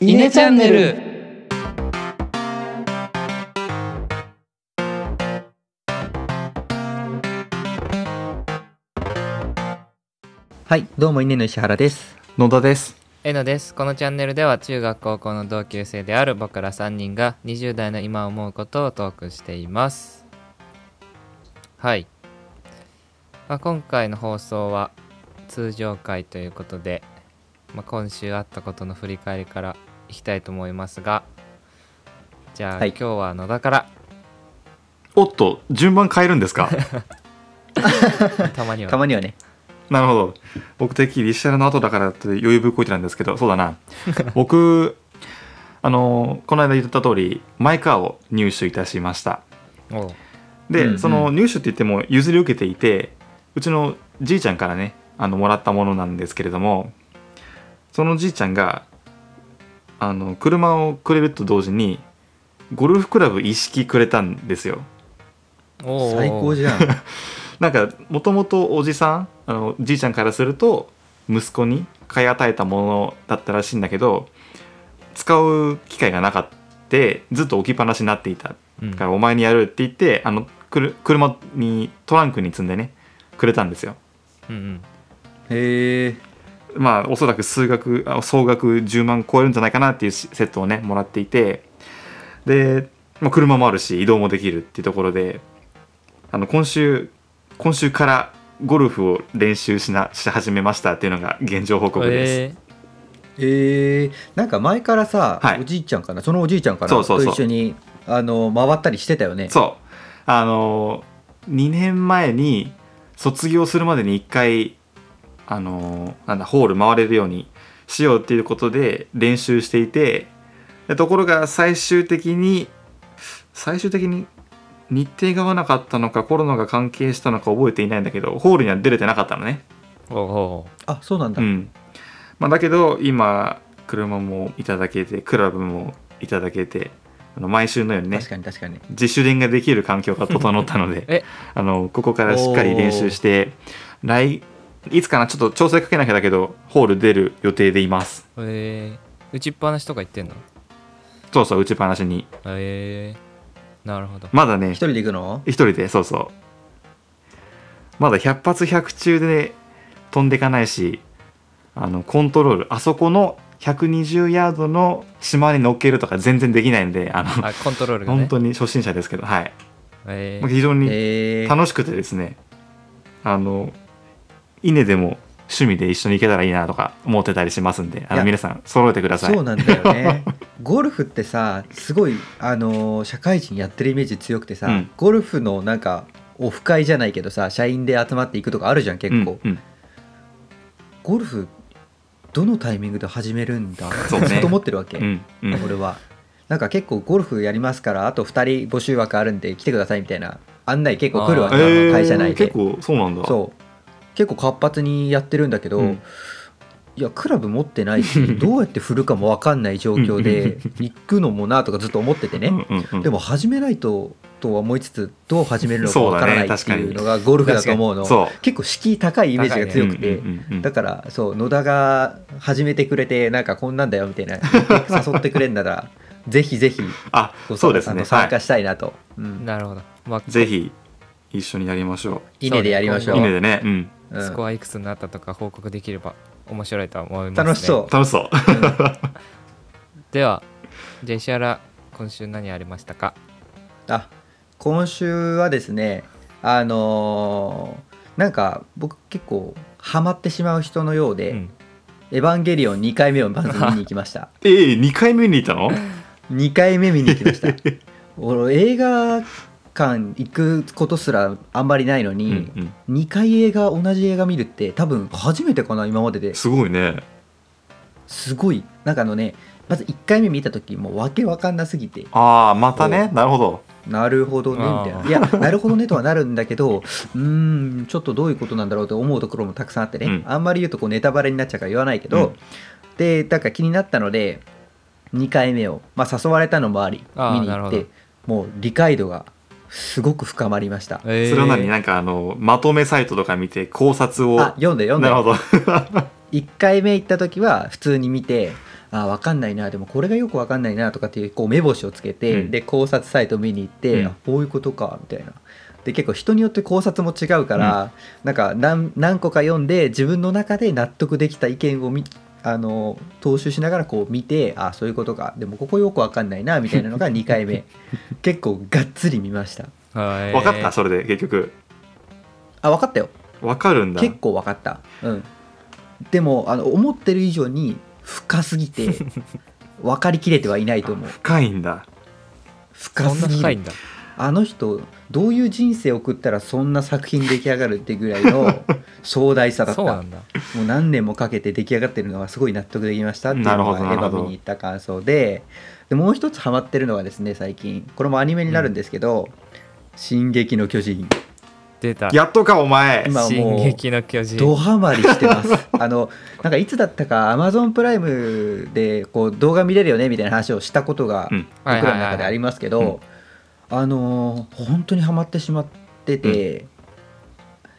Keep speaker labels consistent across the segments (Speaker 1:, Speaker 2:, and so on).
Speaker 1: イネチャンネル
Speaker 2: はい、どうも、稲の石原です。
Speaker 3: 野田です。
Speaker 4: えのですこのチャンネルでは中学高校の同級生である僕ら3人が20代の今思うことをトークしていますはい、まあ、今回の放送は通常回ということで、まあ、今週あったことの振り返りからいきたいと思いますがじゃあ、
Speaker 2: はい
Speaker 4: 今日は野田から
Speaker 3: おっと、順番変えるんですか
Speaker 4: たまには
Speaker 2: たまにはね、
Speaker 3: なるほど。僕的リシャルの後だからって余裕ぶっこいてたんですけど、そうだ な。僕、あの、この間言った通り、マイカーを入手いたしました。
Speaker 4: おう
Speaker 3: で、
Speaker 2: うんうん
Speaker 3: その入手って言っても譲り受けていて、うちのじいちゃんからね、あの、もらったものなんですけれども、そのじいちゃんが、あの、車をくれると同時に、ゴルフクラブ一式くれたんですよ。
Speaker 4: おうおう
Speaker 2: 最高じ ゃん。
Speaker 3: なんかもともとおじさんあのじいちゃんからすると息子に買い与えたものだったらしいんだけど使う機会がなかったずっと置きっぱなしになっていた
Speaker 4: うん
Speaker 3: からお前にやるって言ってあのくる車にトランクに積んでねくれたんですよ
Speaker 4: うんうん
Speaker 2: へえ、
Speaker 3: まあおそらく数学あ総額10万超えるんじゃないかなっていうしセットをねもらっていてで、まあ、車もあるし移動もできるっていうところであの今週今週からゴルフを練習しなし始めましたっていうのが現状報告で
Speaker 4: え
Speaker 3: す、
Speaker 2: えー、なんか前からさ、
Speaker 3: はい
Speaker 2: おじいちゃんかな、そのおじいちゃんかな
Speaker 3: そうそうそう
Speaker 2: と一緒にあの回ったりしてたよね。
Speaker 3: そうあの2年前に卒業するまでに1回あのなんだホール回れるようにしようっていうことで練習していてでところが最終的に最終的に日程が合わなかったのかコロナが関係したのか覚えていないんだけどホールには出れてなかったのね
Speaker 4: ー、おうお
Speaker 2: あ、そうなんだ。
Speaker 3: うんまあ、だけど今車もいただけてクラブもいただけてあの毎週のようにね
Speaker 2: 確かに確かに。
Speaker 3: 自主練ができる環境が整ったの
Speaker 4: え
Speaker 3: であのここからしっかり練習して来いつかなちょっと調整かけなきゃだけどホール出る予定でいます
Speaker 4: うえー、打ちっぱなしとか言ってんの
Speaker 3: そうそう打ちっぱなしに
Speaker 4: えー、なるほど
Speaker 3: まだね
Speaker 2: 一人で行くの？
Speaker 3: 一人でそうそうまだ100発100中で飛んでいかないしあのコントロールあそこの120ヤードの島に乗っけるとか全然できないんであの
Speaker 4: あコントロールがね
Speaker 3: 本当に初心者ですけどはい、
Speaker 4: え
Speaker 3: まあ
Speaker 4: ー
Speaker 3: 非常に
Speaker 2: えー、
Speaker 3: 楽しくてですねあの稲でも趣味で一緒に行けたらいいなとか思ってたりしますんであ
Speaker 2: いや
Speaker 3: の皆さん揃えてください
Speaker 2: そうなんだよね。 ゴルフってさ、すごいあの社会人やってるイメージ強くてさ、
Speaker 3: うん
Speaker 2: ゴルフのなんかオフ会じゃないけどさ、社員で集まっていくとかあるじゃん結構。
Speaker 3: うんうん
Speaker 2: ゴルフどのタイミングで始めるんだ
Speaker 3: そうね
Speaker 2: ずっと思ってるわけ、
Speaker 3: うんうん
Speaker 2: 俺はなんか結構ゴルフやりますからあと2人募集枠あるんで来てくださいみたいな案内結構来るわけ
Speaker 4: あー
Speaker 2: あ
Speaker 3: え
Speaker 2: の
Speaker 3: ー
Speaker 2: 会社内で、
Speaker 3: 結構そうなんだ
Speaker 2: そう結構活発にやってるんだけど、
Speaker 3: うん
Speaker 2: いやクラブ持ってない しどうやって振るかも分かんない状況で行くのもなとかずっと思っててね、
Speaker 3: うんうんうん
Speaker 2: でも始めないととは思いつつどう始めるのか分からないっていうのがゴルフだと思うの
Speaker 3: そう
Speaker 2: 結構敷居高いイメージが強くて、
Speaker 3: うんうんうんうん
Speaker 2: だからそう野田が始めてくれてなんかこんなんだよみたいな誘ってくれんならぜひぜひ
Speaker 3: あ
Speaker 2: ご
Speaker 3: そ
Speaker 2: 相
Speaker 3: うで
Speaker 2: 談
Speaker 3: す
Speaker 2: さん
Speaker 3: ね
Speaker 2: と参
Speaker 3: は
Speaker 2: 加したいなと、うん、
Speaker 4: なるほど、まあ、
Speaker 3: いぜひ一緒にやりましょ
Speaker 2: 稲でやりまし
Speaker 3: う
Speaker 2: ょ、
Speaker 4: そうう
Speaker 3: 稲でねうん
Speaker 2: うん
Speaker 4: スコアいくつになったとか報告できれば面白いと思います、ね、
Speaker 2: 楽しそ
Speaker 3: 楽しそう
Speaker 2: う、うん
Speaker 4: ではじゃあ石原今週何ありましたか
Speaker 2: あ今週はですねあのーなんか僕結構ハマってしまう人のようで
Speaker 4: う
Speaker 2: 「
Speaker 4: ん
Speaker 2: エヴァンゲリオン」2回目をまず見に行きま した。
Speaker 3: ええ二回目に行ったの
Speaker 2: 2回目見に行きました俺映画館行くことすらあんまりないの
Speaker 3: うんう
Speaker 2: に、
Speaker 3: ん
Speaker 2: 二2回映画同じ映画見るって多分初めてかな今までです
Speaker 3: ごいね
Speaker 2: すごいなんかあのねまず1回目見た時もうわけわかんなすぎて
Speaker 3: ああまたねなるほど
Speaker 2: なるほどね
Speaker 4: あー
Speaker 2: みたいないやなるほどねとはなるんだけどうーんちょっとどういうことなんだろうと思うところもたくさんあってね、
Speaker 3: うん
Speaker 2: あんまり言うとこうネタバレになっちゃうから言わないけど、
Speaker 3: うん
Speaker 2: でだから気になったので2回目を、まあ、誘われたのもあり
Speaker 4: あー
Speaker 2: 見に
Speaker 4: なる
Speaker 2: 行っ
Speaker 4: ほ
Speaker 2: て
Speaker 4: ど
Speaker 2: もう理解度がすごく深まりました、
Speaker 4: そ
Speaker 3: それは何なんかあのまとめサイトとか見て考察を
Speaker 2: あ読んで読んで
Speaker 3: なるほど
Speaker 2: 1回目行った時は普通に見てあ分かんないなでもこれがよく分かんないなとかっていうこう目星をつけて、
Speaker 3: うん
Speaker 2: で考察サイト見に行って、
Speaker 3: うん
Speaker 2: あこういうことかみたいな。で結構人によって考察も違うから、なんか何何個か読んで自分の中で納得できた意見をみあの踏襲しながらこう見てあそういうことかでもここよく分かんないなみたいなのが2回 目結構がっつり見ました
Speaker 4: はい
Speaker 3: 分かったそれで結局
Speaker 2: あ分かったよ
Speaker 3: 分かるんだ
Speaker 2: 結構分かった、うん、でもあの思ってる以上に深すぎて分かりきれてはいないと思う
Speaker 3: 深いんだ
Speaker 2: 深
Speaker 4: そん
Speaker 2: す
Speaker 4: な
Speaker 2: ぎ
Speaker 4: 深い
Speaker 2: る
Speaker 4: んだ
Speaker 2: あの人どういう人生を送ったらそんな作品出来上がるってぐらいの壮大さだっ
Speaker 4: そ
Speaker 2: た
Speaker 4: うなんだ
Speaker 2: もう何年もかけて出来上がってるのがすごい納得できましたっていうの
Speaker 3: なるほど
Speaker 2: が
Speaker 3: な
Speaker 2: エ
Speaker 3: る
Speaker 2: ヴ
Speaker 3: ほ
Speaker 2: ァ
Speaker 3: ど
Speaker 2: 見に行った感想ででもう一つハマってるのがですね最近これもアニメになるんですけど「進撃の巨人
Speaker 4: 出た
Speaker 3: やっとかお前
Speaker 2: 今もう
Speaker 4: 進撃の巨」
Speaker 2: ド
Speaker 4: 人
Speaker 2: ハマりしてます あのなんかいつだったか Amazon プライムでこう動画見れるよねみたいな話をしたことが
Speaker 3: うん
Speaker 4: はい
Speaker 2: 僕
Speaker 4: はいは
Speaker 2: らの
Speaker 4: い
Speaker 2: 中でありますけど、
Speaker 3: うん
Speaker 2: あのー本当にハマってしまってて、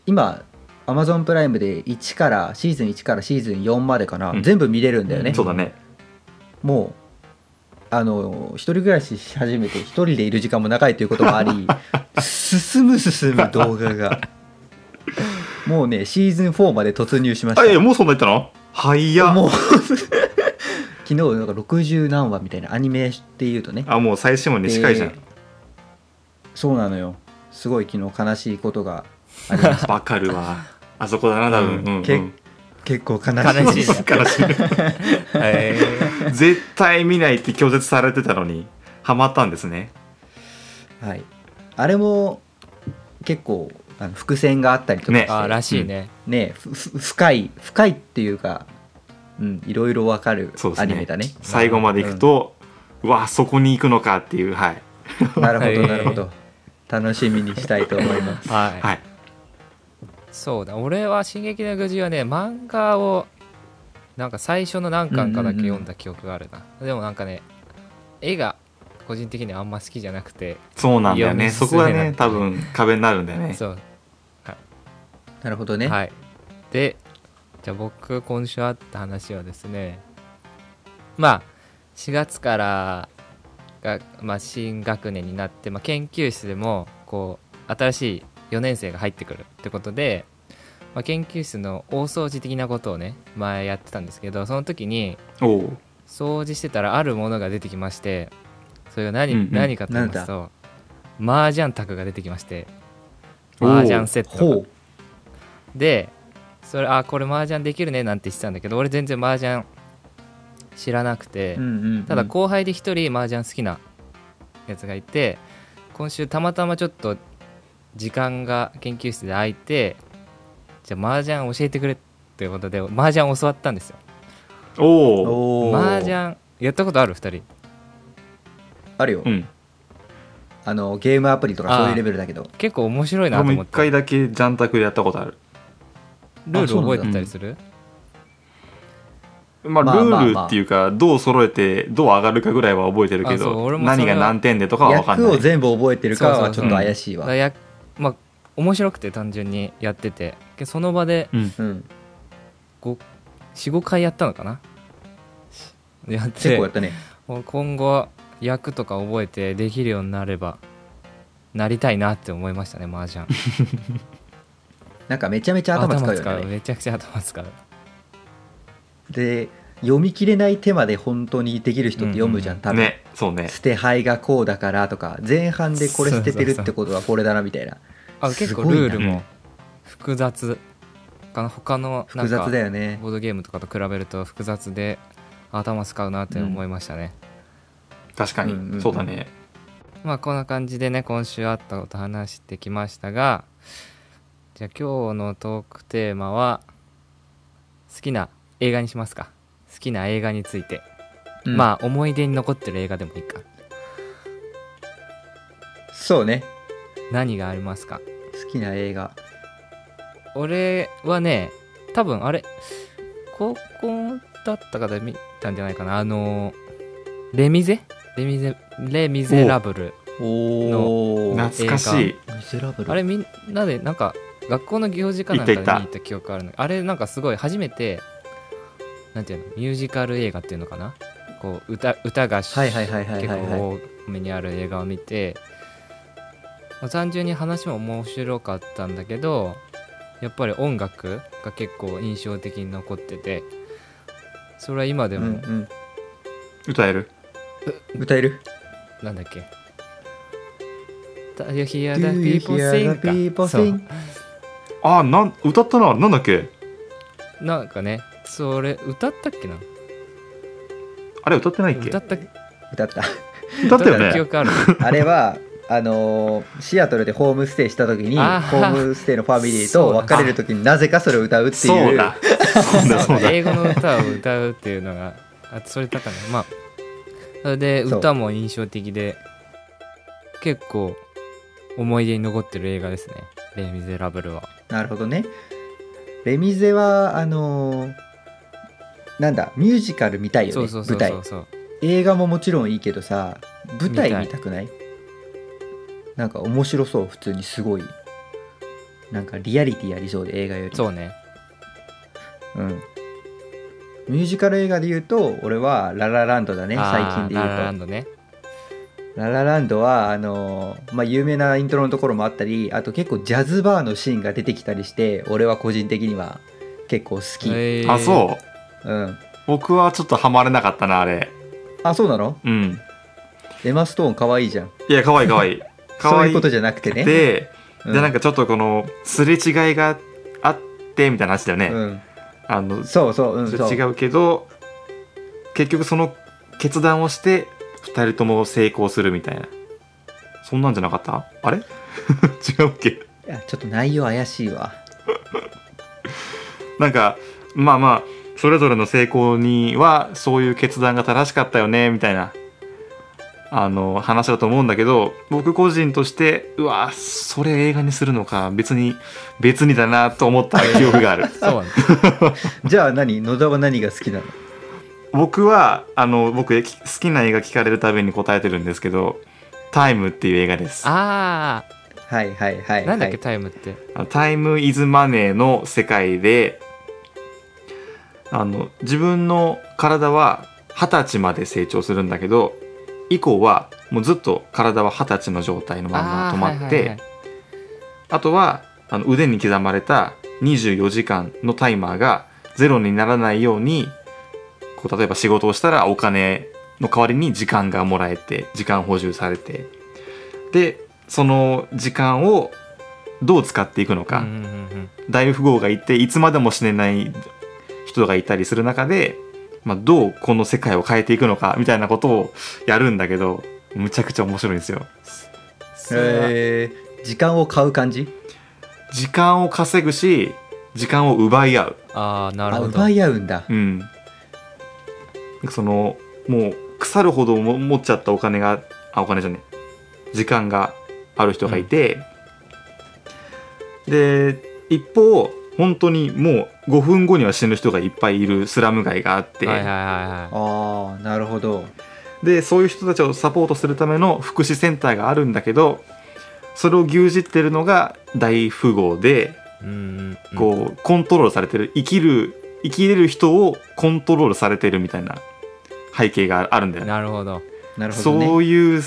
Speaker 2: 今 Amazon プライムで1からシーズン1からシーズン4までかな、
Speaker 3: うん
Speaker 2: 全部見れるんだよね、
Speaker 3: そうだね
Speaker 2: もうあのー一人暮らしし始めて一人でいる時間も長いということもあ り進む進む動画がもうねシーズン4まで突入しまし
Speaker 3: あ
Speaker 2: た
Speaker 3: えもうそんな言ったのはいや
Speaker 2: もう 昨日なんか60何話みたいなアニメっていうとね
Speaker 3: あもう最新話に近いじゃ
Speaker 2: で
Speaker 3: ん
Speaker 2: そうなのよすごい昨日悲しいことがありました
Speaker 3: わかるわあそこだな多分
Speaker 2: う
Speaker 3: うんんうん
Speaker 2: け結構悲
Speaker 4: 悲
Speaker 2: し
Speaker 4: し
Speaker 2: い
Speaker 4: いね
Speaker 3: 悲しい
Speaker 4: はい
Speaker 3: 絶対見ないって拒絶されてたのにハマったんですね
Speaker 2: はい、あれも結構あの伏線があったりとか
Speaker 3: ね
Speaker 4: あーらしいね
Speaker 2: ねふふ深い深いっていうか、うん、いろいろわかる
Speaker 3: そうです
Speaker 2: ア
Speaker 3: ね
Speaker 2: ニメだね
Speaker 3: 最後まで行くと、うわそこに行くのかっていうはい
Speaker 2: なるほ
Speaker 4: へー
Speaker 2: どなるほど楽しみにしたいと思います
Speaker 4: はい
Speaker 3: はい
Speaker 4: そうだ俺は「進撃の巨人」はね漫画をなんか最初の何巻かだけ読んだ記憶があるな、でもなんかね絵が個人的にはあんま好きじゃなくて、
Speaker 3: そうなんだよ
Speaker 4: い
Speaker 3: ね
Speaker 4: や
Speaker 3: そこが
Speaker 4: 進めな
Speaker 3: ね
Speaker 4: い
Speaker 3: 多分壁になるんだよね
Speaker 4: そう
Speaker 2: なるほどね、
Speaker 4: はいでじゃあ僕が今週あった話はですねまあ4月からが、まあ、新学年になって、まあ、研究室でもこう新しい4年生が入ってくるってことで、まあ、研究室の大掃除的なことをね前やってたんですけどその時に
Speaker 3: おおう
Speaker 4: 掃除してたらあるものが出てきましてそれが何,、
Speaker 3: うんうん
Speaker 4: 何かと言いますと麻雀卓が出てきまして
Speaker 3: おう
Speaker 4: 麻雀セッ
Speaker 2: ほ
Speaker 4: トが
Speaker 2: う
Speaker 4: でそれあこれ麻雀できるねなんて言ってたんだけど俺全然麻雀知らなくて、
Speaker 2: うんうんうん
Speaker 4: ただ後輩で一人麻雀好きなやつがいて今週たまたまちょっと時間が研究室で空いてじゃあ麻雀教えてくれっていうことで麻雀教わったんですよ
Speaker 3: おお
Speaker 2: おー
Speaker 4: 麻雀やったことある2人
Speaker 2: あるよ、
Speaker 3: うん
Speaker 2: あのゲームアプリとかそういうレベルだけど
Speaker 4: 結構面白いな
Speaker 3: 俺
Speaker 4: と
Speaker 3: も
Speaker 4: 思
Speaker 3: 一
Speaker 4: って
Speaker 3: 回だけジャンタクでやったことある
Speaker 4: ルール
Speaker 2: あそうなん
Speaker 4: 覚
Speaker 2: だ
Speaker 4: えてたりする
Speaker 3: まあ、
Speaker 2: まあまあ
Speaker 3: ルールっていうか、どう揃えてどう上がるかぐらいは覚えてるけ
Speaker 4: あそう
Speaker 3: ど
Speaker 4: 俺もそれ
Speaker 3: 何
Speaker 4: は
Speaker 3: が何点でとかは分かん
Speaker 2: 役
Speaker 3: な
Speaker 2: を
Speaker 3: い
Speaker 2: 全部覚えてるかはちょっと
Speaker 3: そうそうそう
Speaker 2: 怪しいわ
Speaker 4: だやまあ面白くて単純にやっててけその場で
Speaker 3: うん
Speaker 2: うん、
Speaker 4: 45回やったのかなしやっ
Speaker 2: 結
Speaker 4: て
Speaker 2: 構やったね
Speaker 4: もう今後役とか覚えてできるようになればなりたいなって思いましたね麻雀
Speaker 2: なんかめちゃめちゃ頭使うよねあれ
Speaker 4: めちゃくちゃ頭使う
Speaker 2: で読み切れない手まで本当にできる人って読むじゃ
Speaker 4: う
Speaker 2: ん、
Speaker 4: ん
Speaker 2: 多分、
Speaker 3: ねそうね
Speaker 2: 捨て牌がこうだからとか前半でこれ捨ててるってことはこれだなみたいな
Speaker 4: あ
Speaker 2: す
Speaker 4: 結
Speaker 2: ご
Speaker 4: 構
Speaker 2: いな
Speaker 4: ルールも複雑かな他のなん
Speaker 2: 複
Speaker 4: か
Speaker 2: 雑だよね
Speaker 4: ボードゲームとかと比べると複雑で頭使うなって思いましたね、
Speaker 3: 確かに、
Speaker 2: うんうんうん
Speaker 3: そうだね
Speaker 4: まあこんな感じでね今週あったこと話してきましたがじゃあ今日のトークテーマは好きな映画にしますか好きな映画について、
Speaker 2: うん
Speaker 4: まあ思い出に残ってる映画でもいいか
Speaker 2: そうね
Speaker 4: 何がありますか
Speaker 2: 好きな映画
Speaker 4: 俺はね多分あれ高校だったかで見たんじゃないかなあのレミゼレミゼレ・ミゼラブル
Speaker 2: おお
Speaker 4: の
Speaker 3: 懐かし
Speaker 4: 映
Speaker 3: い
Speaker 2: ミゼラブル
Speaker 4: あれみんなでなんか学校の行事かなんかで
Speaker 3: 行
Speaker 4: 見に
Speaker 3: った行
Speaker 4: 行
Speaker 3: った
Speaker 4: った記憶があるのあれなんかすごい初めてなんていうのミュージカル映画っていうのかなこう歌歌がし
Speaker 2: はい
Speaker 4: 結
Speaker 2: はいはいはいはいはい
Speaker 4: 構多めにある映画を見て、まあ単純に話も面白かったんだけどやっぱり音楽が結構印象的に残っててそれは今で
Speaker 2: うんう
Speaker 4: も
Speaker 2: ん、
Speaker 3: 歌える
Speaker 2: 歌える
Speaker 4: なんだっけ「Do you hear
Speaker 2: Do
Speaker 4: the
Speaker 2: you
Speaker 4: people
Speaker 2: hear the
Speaker 4: sing?」
Speaker 2: people
Speaker 4: かそう
Speaker 2: sing?
Speaker 3: あなん歌ったのはなんだっけ
Speaker 4: なんかねそれ歌ったっけな
Speaker 3: あれ歌ってないっけ
Speaker 4: 歌
Speaker 3: 歌っ
Speaker 4: った
Speaker 2: 歌った
Speaker 3: たよ
Speaker 4: 記
Speaker 3: ね
Speaker 4: 憶ある
Speaker 2: あれはあのーシアトルでホームステイした時にホ
Speaker 4: あー
Speaker 2: ームステイのファミリーと別れる時になぜかそれを歌うっていう
Speaker 3: そうだそうだ そうだ
Speaker 4: 英語の歌を歌うっていうのがあそれだからまあそれで
Speaker 2: そう
Speaker 4: 歌も印象的で結構思い出に残ってる映画ですね「レ・ミゼラブルは」
Speaker 2: なるほどね。レミゼはあのーなんだミュージカル見たいよね
Speaker 4: そうそうそう
Speaker 2: 舞台
Speaker 4: そうそう
Speaker 2: 映画ももちろんいいけどさ舞台
Speaker 4: 見たい
Speaker 2: 見たくないなんか面白そう普通にすごいなんかリアリティありそうで映画より
Speaker 4: そうね
Speaker 2: うん、ミュージカル映画で言うと俺は「ララランド」だね最
Speaker 4: あー
Speaker 2: 近で言う
Speaker 4: ラララ
Speaker 2: と
Speaker 4: ンドね
Speaker 2: ララランドはあのーまあ、有名なイントロのところもあったりあと結構ジャズバーのシーンが出てきたりして俺は個人的には結構好き、
Speaker 4: へー
Speaker 3: あそう
Speaker 2: うん、
Speaker 3: 僕はちょっとハマれなかったなあれ
Speaker 2: あそうなの
Speaker 3: うん
Speaker 2: エマ・ストーン可愛いじゃん
Speaker 3: いや可愛い可愛い 可
Speaker 2: そうい
Speaker 3: 愛
Speaker 2: う
Speaker 3: い
Speaker 2: ことじゃなくてね
Speaker 3: で
Speaker 2: う
Speaker 3: でなんかちょっとこのすれ違いがあってみたいな話だよね、
Speaker 2: うん、
Speaker 3: あの
Speaker 2: そうそううん
Speaker 3: そ
Speaker 2: そう
Speaker 3: れ違うけど結局その決断をして2人とも成功するみたいなそんなんじゃなかったあれ 違うっけ
Speaker 2: いやちょっと内容怪しいわ
Speaker 3: なんかまあまあそれぞれの成功にはそういう決断が正しかったよねみたいなあの話だと思うんだけど僕個人としてうわそれ映画にするのか別に別にだなと思った記憶がある
Speaker 4: そうね
Speaker 2: じゃあ何野田は何が好きなの
Speaker 3: 僕はあの僕き好きな映画聞かれるたびに答えてるんですけど「タイムっていう映画です
Speaker 4: あ
Speaker 2: はいはいはい、は
Speaker 4: ー
Speaker 2: い、
Speaker 4: なんだっけタイムって
Speaker 3: あのタイム・イズ・マネーの世界であの自分の体は二十歳まで成長するんだけど以降はもうずっと体は二十歳の状態のまま
Speaker 4: あー
Speaker 3: 止まっ
Speaker 4: はいはいは
Speaker 3: て
Speaker 4: い
Speaker 3: あとはあの腕に刻まれた24時間のタイマーがゼロにならないようにこう例えば仕事をしたらお金の代わりに時間がもらえて時間補充されてでその時間をどう使っていくのか、
Speaker 4: うんうんうん
Speaker 3: 大富豪がいていつまでも死ねない人がいたりする中で、まあ、どうこの世界を変えていくのかみたいなことをやるんだけどむちゃくちゃ面白いんですよ。
Speaker 4: それは
Speaker 2: えー時間を買う感じ
Speaker 3: 時間を稼ぐし時間を奪い合う。
Speaker 4: あーなる
Speaker 2: あ
Speaker 4: ほど
Speaker 2: 奪い合うんだ
Speaker 3: うん、なんかそのもう腐るほども持っちゃったお金があお金じゃねえ時間がある人がいて、で一方本当にもう5分後には死ぬ人がいっぱいいるスラム街があって、
Speaker 4: はいはいはいは
Speaker 2: ああなるほど
Speaker 3: でそういう人たちをサポートするための福祉センターがあるんだけどそれを牛耳ってるのが大富豪で
Speaker 4: いうんうん
Speaker 3: こう、コントロールされてる生きる生きれる人をコントロールされてるみたいな背景があるん
Speaker 4: う
Speaker 3: だ よ
Speaker 4: ん
Speaker 3: ね。
Speaker 4: なるほど
Speaker 2: なるほどね
Speaker 3: そういう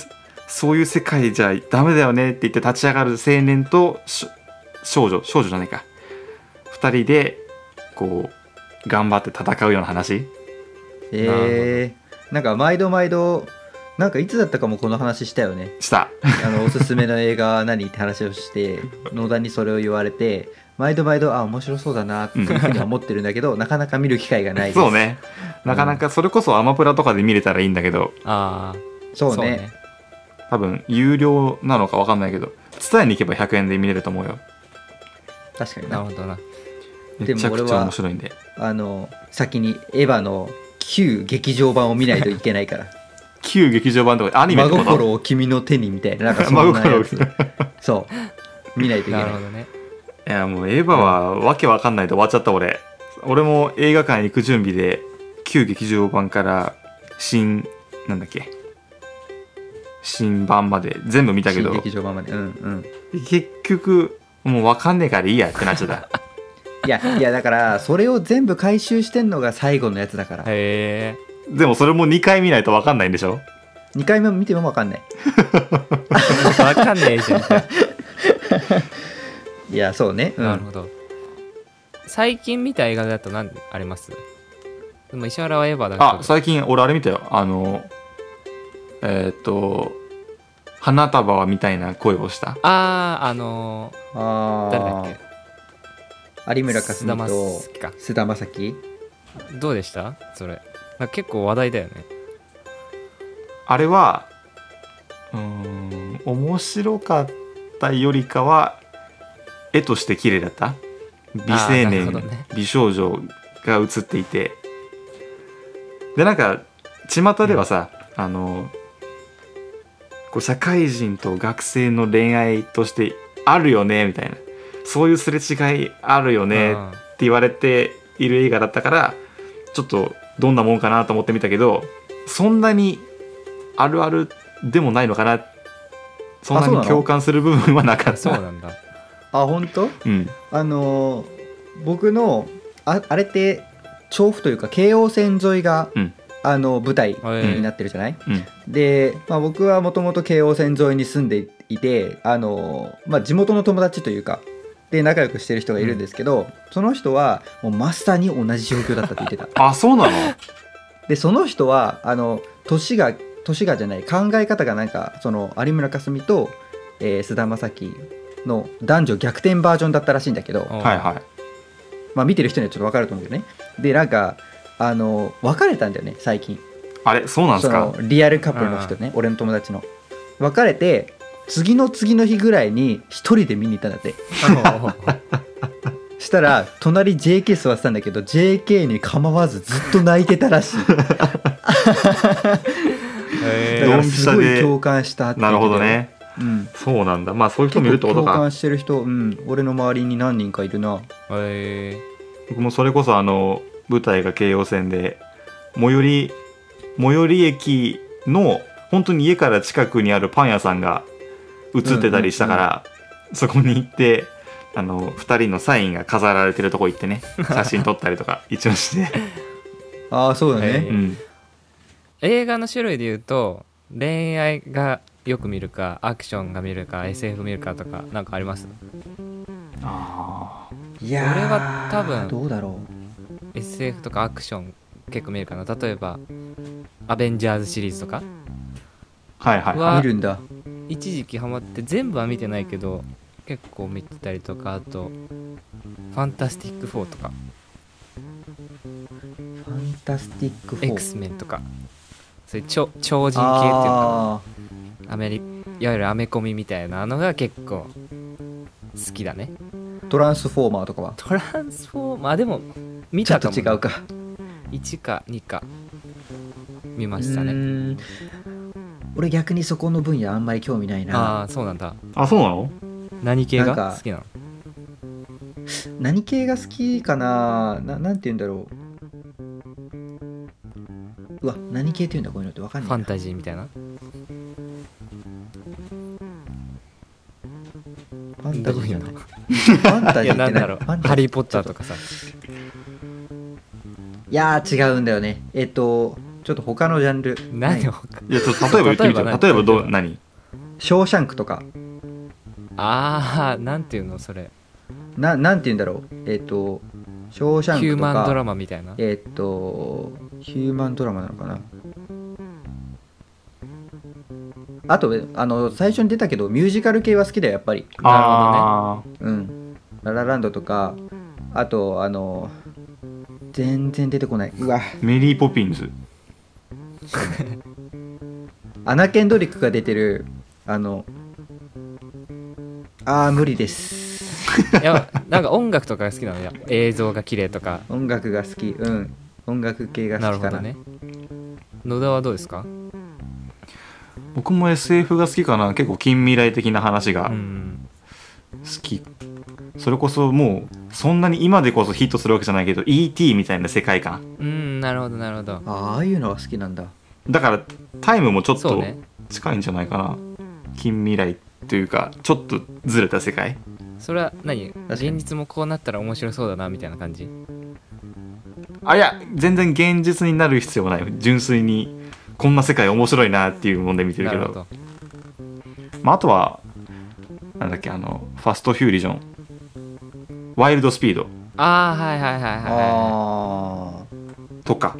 Speaker 3: そういう世界じゃダメだよねって言って立ち上がる青年とし少女少女じゃないか2人でこう頑張って戦うような話
Speaker 2: えー、なんか毎度毎度なんかいつだったかもこの話したよ ね
Speaker 3: した。
Speaker 2: あのおすすめの映画は何って話をして野田にそれを言われて毎度毎度あ面白そうだなっていうふうには思ってるんだけど、なかなか見る機会がないです
Speaker 3: そうねなかなかそれこそアマプラとかで見れたらいいんだけど
Speaker 4: あー
Speaker 2: そうね
Speaker 3: 多分有料なのか分かんないけど伝えに行けば100円で見れると思うよ
Speaker 2: 確かに
Speaker 4: なる
Speaker 2: な
Speaker 4: ほどな
Speaker 3: めち
Speaker 2: で
Speaker 3: ゃく
Speaker 2: も俺
Speaker 3: ち
Speaker 2: は
Speaker 3: ゃ面白いんで
Speaker 2: あの先にエヴァの旧劇場版を見ないといけないから
Speaker 3: 旧劇場版とかアニメっ
Speaker 2: 真
Speaker 3: てこと
Speaker 2: 心を君の手にみたいななんかそ
Speaker 3: 真
Speaker 2: んな
Speaker 3: 心
Speaker 2: や
Speaker 3: を
Speaker 2: つそう見ないといけな
Speaker 4: ないるほどね
Speaker 3: いやもうエヴァはわけわかんないで終わっちゃった俺俺も映画館行く準備で旧劇場版から新なんだっけ新版まで全部見たけ
Speaker 2: 新
Speaker 3: ど
Speaker 2: 劇場版までうんうん
Speaker 3: 結局もうわかんねえからいいやってなっちゃった
Speaker 2: いやいやだからそれを全部回収してんのが最後のやつだから、
Speaker 4: へえ
Speaker 3: でもそれも2回見ないと分かんないんでしょ
Speaker 2: 2回目も見ても分かんない
Speaker 4: わかんねえじゃん
Speaker 2: いやそうね、う
Speaker 4: なる
Speaker 2: ん、
Speaker 4: ほど最近見た映画だと何ありますでも石原はエヴァだけど
Speaker 3: あ最近俺あれ見たよあのえーっと花束はみたいな声をした
Speaker 4: あーあの
Speaker 2: あ
Speaker 4: ー、
Speaker 2: ー
Speaker 4: 誰だっけ
Speaker 2: 有村架
Speaker 4: 菅
Speaker 2: 純
Speaker 4: 田
Speaker 2: と
Speaker 4: 将暉か
Speaker 2: 菅田将暉
Speaker 4: どうでしたそれなんか結構話題だよね
Speaker 3: あれはうーん面白かったよりかは絵として綺麗だった美青
Speaker 4: あーなる
Speaker 3: 年、
Speaker 4: ほどね
Speaker 3: 美少女が映っていてでなんか巷ではさ、あのこう社会人と学生の恋愛としてあるよねみたいなそういうすれ違いあるよね
Speaker 4: うん
Speaker 3: って言われている映画だったからちょっとどんなもんかなと思ってみたけどそんなにあるあるでもないのかなそんな
Speaker 2: あそうな
Speaker 3: に
Speaker 2: の
Speaker 3: 共感する部分はなかった
Speaker 4: そうなん だ
Speaker 2: あ本当
Speaker 3: うん、
Speaker 2: あのー僕のああれって調布というか京王線沿いが、
Speaker 3: うん
Speaker 2: あの舞台
Speaker 4: ええ
Speaker 2: になってるじゃない、
Speaker 3: うん
Speaker 2: で、まあ、僕はもともと京王線沿いに住んでいてあの、まあ、地元の友達というかで仲良くしてる人がいるんですけど、その人はもうまさに同じ状況だったって言ってた
Speaker 3: あそうなの
Speaker 2: でその人はあの年が年がじゃない考え方がなんかその有村架純とえー菅、田将暉の男女逆転バージョンだったらしいんだけど、
Speaker 4: うん
Speaker 3: はいはい
Speaker 2: まあ、見てる人にはちょっと分かると思うけどねでなんかあの別れたんだよね最近
Speaker 3: あれそうなんです
Speaker 2: そ
Speaker 3: か
Speaker 2: のリアルカップルの人ね俺の友達の別れて次の次の日ぐらいに一人で見に行ったんだって
Speaker 4: おう
Speaker 2: したら隣 JK 座ってたんだけど JK に構わずずっと泣いてた らしい
Speaker 4: へ
Speaker 2: だか
Speaker 4: ー
Speaker 2: らすごい共感したって言
Speaker 3: な
Speaker 2: って
Speaker 3: る
Speaker 2: たよ
Speaker 3: ほど、ね
Speaker 2: うん、
Speaker 3: そうなんだまあそういう人もいる
Speaker 2: 結
Speaker 3: ってこ
Speaker 2: 構
Speaker 3: と
Speaker 2: 共
Speaker 3: か
Speaker 2: 感してる人、うん、俺の周りに何人かいるな
Speaker 4: へー
Speaker 3: 僕もそれこそあの舞台が京葉線で最寄り最寄り駅の本当に家から近くにあるパン屋さんが映ってたりしたから、そこに行ってあの2人のサインが飾られてるとこ行って ね写真撮ったりとか一応して、
Speaker 2: ああそうだ
Speaker 4: は
Speaker 2: ね
Speaker 4: い
Speaker 3: うん、
Speaker 4: 映画の種類で言うと恋愛がよく見るかアクションが見るか SF 見るかとかなんかあります
Speaker 3: あ
Speaker 2: いやー
Speaker 4: 俺は多分
Speaker 2: どうだろ
Speaker 4: SF とかアクション結構見るかな例えば「アベンジャーズ」シリーズとか
Speaker 3: ーはいはいう
Speaker 2: う
Speaker 4: わ
Speaker 2: 見るんだ
Speaker 4: 一時期ハマって全部は見てないけど結構見てたりとかあと「ファンタスティック4」とか
Speaker 2: ファンタスティッ
Speaker 4: 「
Speaker 2: ク4
Speaker 4: X メン」とかそういう超超人系っていうのか
Speaker 2: あ
Speaker 4: なアメリいわゆるアメコミみたいなのが結構好きだね
Speaker 2: ートランスフォーマーとかは
Speaker 4: トランスフォーマーでも見
Speaker 2: ちょった
Speaker 4: か
Speaker 2: と
Speaker 4: も
Speaker 2: 違うか
Speaker 4: 1か2か見ま
Speaker 2: う
Speaker 4: したね
Speaker 2: ーん俺逆にそこの分野あんまり興味ない
Speaker 4: あ
Speaker 2: な
Speaker 4: あそうなんだ
Speaker 3: あそうなの
Speaker 4: 何系
Speaker 2: なん
Speaker 4: が
Speaker 2: か
Speaker 4: 好きなの
Speaker 2: 何系が好きかなななんて言うんだろううわ何系って言うんだこういうのってわかん
Speaker 4: フ
Speaker 2: な
Speaker 4: ァン
Speaker 2: いな
Speaker 4: タジーみたいな
Speaker 2: ファンタジーじゃない
Speaker 4: ど
Speaker 2: ファンタ
Speaker 4: い
Speaker 2: ジ
Speaker 4: や
Speaker 2: ーっ
Speaker 4: な
Speaker 2: て
Speaker 4: んだろう
Speaker 2: 何
Speaker 4: 「ハリー・ポッター」と
Speaker 2: か
Speaker 4: かさ
Speaker 2: いやー違うんだよねえっとちょっと他のジャンル
Speaker 4: 何を
Speaker 2: はい
Speaker 3: いやちょっと例えば言ってみてよ
Speaker 4: 例えば何
Speaker 3: 例えばどう何
Speaker 2: ショーシャンクとか
Speaker 4: ああなんていうのそれ
Speaker 2: ななんて言うんだろうえっとショーシャン
Speaker 4: ヒュ
Speaker 2: ク
Speaker 4: ー
Speaker 2: と
Speaker 4: マンド
Speaker 2: か
Speaker 4: ラマみたいな
Speaker 2: えっとヒューマンドラマなのかなあとあの最初に出たけどミュージカル系は好きだよやっぱり
Speaker 3: あ
Speaker 2: うんララランドとかあとあの全然出てこないうわ
Speaker 3: ーメリー・ポピンズ
Speaker 2: アナ・ケンドリックが出てるあのあー無理です
Speaker 4: いやなんか音楽とかが好きなのよ映像が綺麗とか
Speaker 2: 音楽が好きうん音楽系が
Speaker 4: な
Speaker 2: 好
Speaker 4: る
Speaker 2: き
Speaker 4: ほ
Speaker 2: かな
Speaker 4: どね野田はどうですか
Speaker 3: 僕も SF が好きかな結構近未来的な話が
Speaker 4: うん
Speaker 3: 好きそれこそもうそんなに今でこそヒットするわけじゃないけど ET みたいな世界観
Speaker 4: うんなるほどなるほど
Speaker 2: あーああいうのは好きなんだ
Speaker 3: だからタイムもちょっ
Speaker 4: そう
Speaker 3: と
Speaker 4: ね
Speaker 3: 近いんじゃないかな、近未来というかちょっとずれた世界
Speaker 4: それは何
Speaker 2: かに
Speaker 4: 現実もこうなったら面白そうだなみたいな感じ
Speaker 3: あいや全然現実になる必要もない純粋にこんな世界面白いなっていうもんで見てる
Speaker 4: な
Speaker 3: け
Speaker 4: る
Speaker 3: ど
Speaker 4: ほど
Speaker 3: まあ、あとはなんだっけあのファストフューリジョンワイルドスピード
Speaker 4: ああはいはいはいはいはいは
Speaker 2: あー
Speaker 3: とか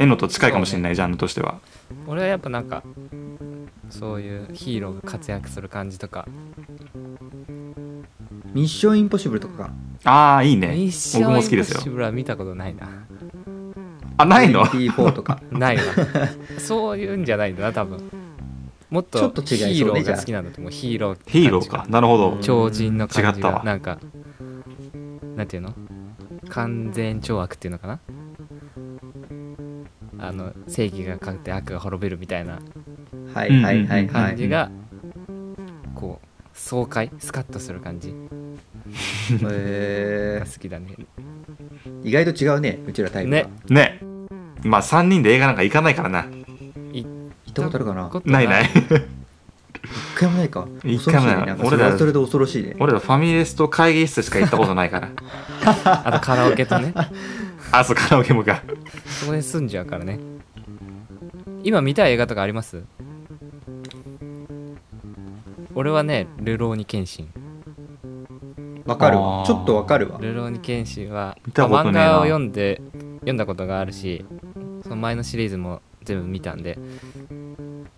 Speaker 3: エノと近いかもしれない、ジャンルとしてはい
Speaker 4: 俺はやっぱなんかそういうヒーローが活躍する感じとか
Speaker 2: ミッションインポッシブルとかか
Speaker 3: ああいい
Speaker 4: ミ
Speaker 3: ね
Speaker 4: ッション
Speaker 3: 僕も好き
Speaker 4: インポ
Speaker 3: で
Speaker 4: ッ
Speaker 3: す
Speaker 4: シ
Speaker 3: よ
Speaker 4: ブルは見たことないな
Speaker 3: あないの
Speaker 2: P4 とか
Speaker 4: ない わそういうんじゃないんだな多分もっと
Speaker 2: ちょっと
Speaker 4: ヒ
Speaker 2: 違いそうね
Speaker 4: ーローが好きなんだと思うヒーローって感
Speaker 3: ヒ
Speaker 4: じ
Speaker 3: ーローかなるほど
Speaker 4: 超人の感じ
Speaker 3: 違った
Speaker 4: が
Speaker 3: わ
Speaker 4: なんかなんていうの完全懲悪っていうのかなあの正義が勝って悪が滅びるみたいな
Speaker 2: はいはいはいは
Speaker 4: 感じ
Speaker 2: い、
Speaker 4: が、こう爽快スカッとする感じ
Speaker 2: え
Speaker 4: が好きだね
Speaker 2: ー、意外と違うねうちらタイプが、
Speaker 4: ね
Speaker 3: ねまあ3人で映画なんか行かないからな
Speaker 2: 行ったことあるかな
Speaker 4: こと
Speaker 3: ないない
Speaker 2: 一回もないか
Speaker 3: 一
Speaker 2: 恐
Speaker 3: 回
Speaker 2: ろしい
Speaker 3: もな
Speaker 2: ね
Speaker 3: い
Speaker 2: なんかそれはそれで恐ろしいね
Speaker 3: 俺らファミレスと会議室しか行ったことないから
Speaker 4: あとカラオケとね
Speaker 3: あそうカラオケもか
Speaker 4: そこで住んじゃうからね今見たい映画とかあります俺はね「流浪に謙信」
Speaker 2: わかる
Speaker 3: あ
Speaker 2: わ
Speaker 3: ー
Speaker 2: ちょっとわかるわ
Speaker 4: 流浪に剣心は
Speaker 3: 見たことねえな
Speaker 4: 漫画を読んで読んだことがあるしその前のシリーズも全部見たんで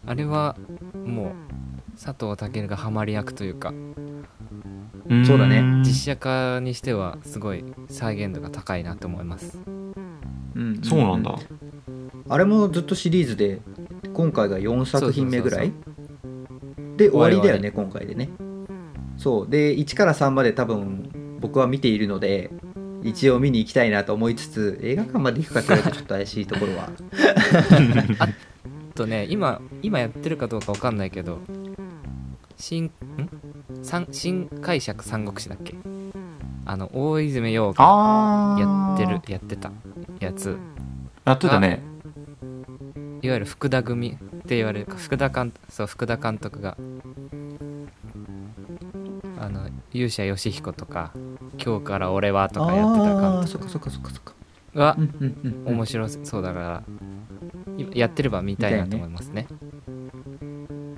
Speaker 4: あれはもう佐藤健がハマり役というか
Speaker 3: ん
Speaker 2: そうだね
Speaker 4: 実写化にしてはすごい再現度が高いなと思います
Speaker 2: うん
Speaker 3: そうなんだ
Speaker 2: あれもずっとシリーズで今回が4作品目ぐらい
Speaker 4: そ
Speaker 2: で終わりだよね今回でねそうで1から3まで多分僕は見ているので一応見に行きたいなと思いつつ映画館まで行くかって言われるとちょっと怪しいところは
Speaker 4: あとね今今やってるかどうかわかんないけど新ん三新解釈三国志だっけあの大泉洋が
Speaker 3: ああ
Speaker 4: やってるやってたやつ
Speaker 3: やってたね
Speaker 4: いわゆる福田組って言われるか福田監そう福田監督があの勇者ヨシヒコとか「今日から俺は」とかやってた監
Speaker 2: あーそっかそっかそっかそっか
Speaker 4: 督が
Speaker 2: うんうんうん
Speaker 4: 面白そうだからいやってれば見たいなと思いますね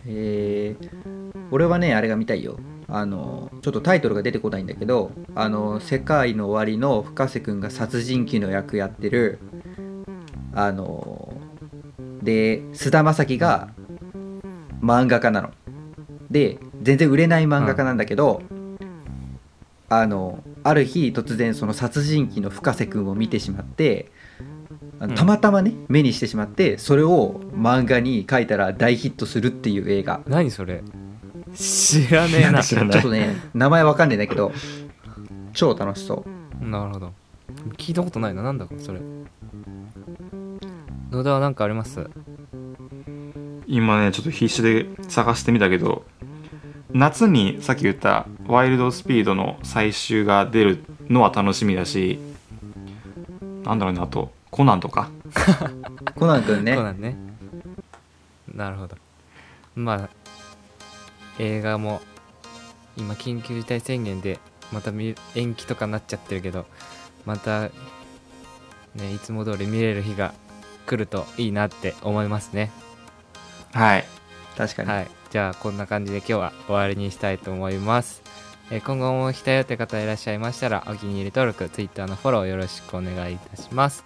Speaker 2: えー俺はねあれが見たいよあのちょっとタイトルが出てこないんだけど「あの世界の終わり」の深瀬君が殺人鬼の役やってるあので菅田将暉が漫画家なので全然売れない漫画家なんだけど、あのある日突然その殺人鬼の深瀬君を見てしまってあの
Speaker 4: うん
Speaker 2: たまたまね、目にしてしまってそれを漫画に描いたら大ヒットするっていう映画
Speaker 4: 何それ知らねえな
Speaker 3: 知ら
Speaker 2: ちょ
Speaker 3: な
Speaker 2: っ
Speaker 3: い
Speaker 2: とね名前わかんないんだけど超楽しそう
Speaker 4: なるほど聞いたことないななんだかそれ野田は何かあります
Speaker 3: 今ねちょっと必死で探してみたけど夏にさっき言った「ワイルドスピード」の最終が出るのは楽しみだしなんだろうねあと「コナン」とか
Speaker 2: コナン君
Speaker 4: そう
Speaker 2: ね
Speaker 4: なんねなるほどまあ映画も今緊急事態宣言でまた見延期とかなっちゃってるけどまたねいつも通り見れる日が来るといいなって思いますね
Speaker 3: はい
Speaker 2: 確かに、
Speaker 4: はいじゃあこんな感じで今日は終わりにしたいと思いますえー今後も来たよって方いらっしゃいましたらお気に入り登録 Twitter のフォローよろしくお願いいたします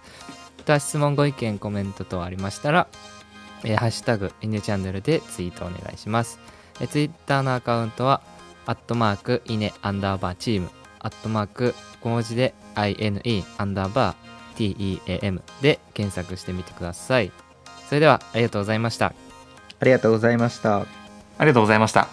Speaker 4: また質問ご意見コメント等ありましたら「えーハッシュタグ #ine チャンネル」でツイートお願いしますえー Twitter のアカウントは「アットマークイネアンダーバーチーム」「アットマーク小文字で INE アンダーバー TEAM」で検索してみてくださいそれではありがとうございました
Speaker 2: ありがとうございました
Speaker 3: ありがとうございました